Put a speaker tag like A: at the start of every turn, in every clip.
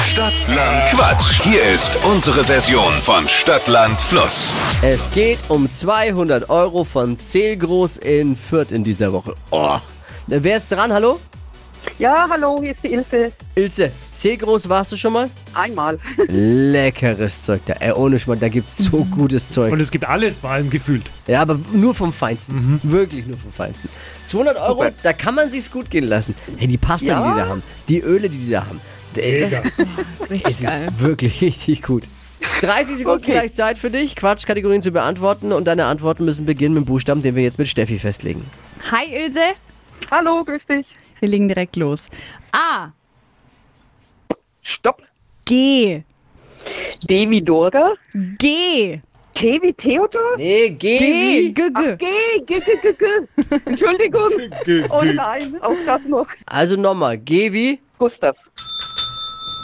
A: Stadtland Quatsch. Hier ist unsere Version von Stadtland Fluss.
B: Es geht um 200 Euro von Zählgroß in Fürth in dieser Woche. Oh. Wer ist dran? Hallo?
C: Ja, hallo, hier ist die Ilse.
B: Ilse, Zählgroß warst du schon mal?
C: Einmal.
B: Leckeres Zeug da. Ey, ohne Schmarrn, da gibt's so gutes Zeug.
D: Und es gibt alles vor allem gefühlt.
B: Ja, aber nur vom Feinsten. Wirklich nur vom Feinsten. 200 Euro, da kann man sich's gut gehen lassen. Hey, die Pasta, die die da haben, die Öle, die die da haben. Mega.
E: Richtig
B: Es ist wirklich richtig gut. 30 Sekunden
C: Okay.
B: gleich Zeit für dich, Quatschkategorien zu beantworten und deine Antworten müssen beginnen mit dem Buchstaben, den wir jetzt mit Steffi festlegen.
E: Hi Ilse,
C: Hallo, grüß dich.
E: wir legen direkt los. A,
C: Stopp.
E: G,
C: D wie Dora.
E: G,
C: T wie Theodor.
B: Nee, geh.
E: G, G,
C: Ach, G, G,
E: G.
C: G, G, G. Entschuldigung. Oh nein, auch das noch.
B: Also nochmal, geh wie?
C: Gustav.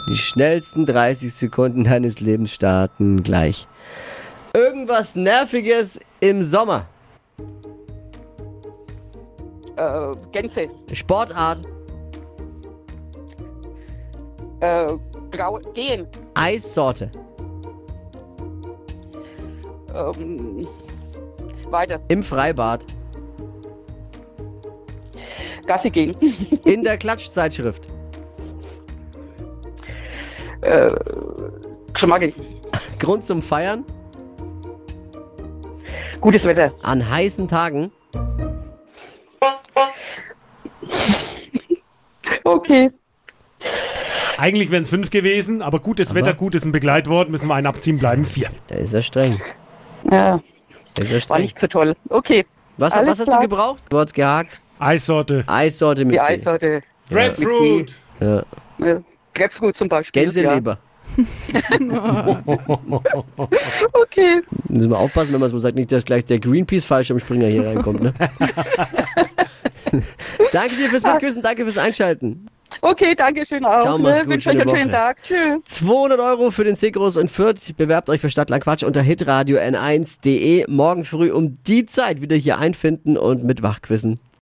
B: Die schnellsten 30 Sekunden deines Lebens starten gleich. Irgendwas Nerviges im Sommer.
C: Äh, Gänse.
B: Sportart,
C: Äh, grau. Gehen.
B: Eissorte.
C: Ähm, weiter.
B: Im Freibad.
C: Gassi gehen.
B: In der Klatschzeitschrift.
C: Äh, Geschmackig.
B: Grund zum Feiern.
C: Gutes Wetter.
B: An heißen Tagen.
C: Okay.
D: Eigentlich wären es fünf gewesen, aber gutes Wetter, gut ist ein Begleitwort, müssen wir einen abziehen, bleiben vier.
B: Da ist er streng.
C: Ja,
B: Da ist er
C: war
B: streng.
C: nicht so toll. Okay.
B: Was, was
C: Alles
B: hast du
C: klar.
B: gebraucht? Du hast gehakt.
D: Eissorte.
B: Eissorte mit
C: Die
B: G.
C: Eissorte.
D: Grapefruit.
B: Ja.
C: Äh, Grapefruit zum Beispiel.
B: Gänseleber.
C: Ja. Okay.
B: Müssen wir aufpassen, wenn man so sagt, nicht, dass gleich der Greenpeace-Fallschirmspringer hier reinkommt. Ne? danke dir fürs Mitküssen, danke fürs Einschalten.
C: Okay, danke schön auch.
B: Ciao, mach's
C: ne?
B: gut,
C: Wünsche euch einen
B: schöne
C: schönen
B: Woche.
C: Tag. Tschüss.
B: 200 Euro für den Sigros in Fürth. Bewerbt euch für Stadtland Quatsch unter hitradio n1.de. Morgen früh um die Zeit wieder hier einfinden und mit Wachquissen.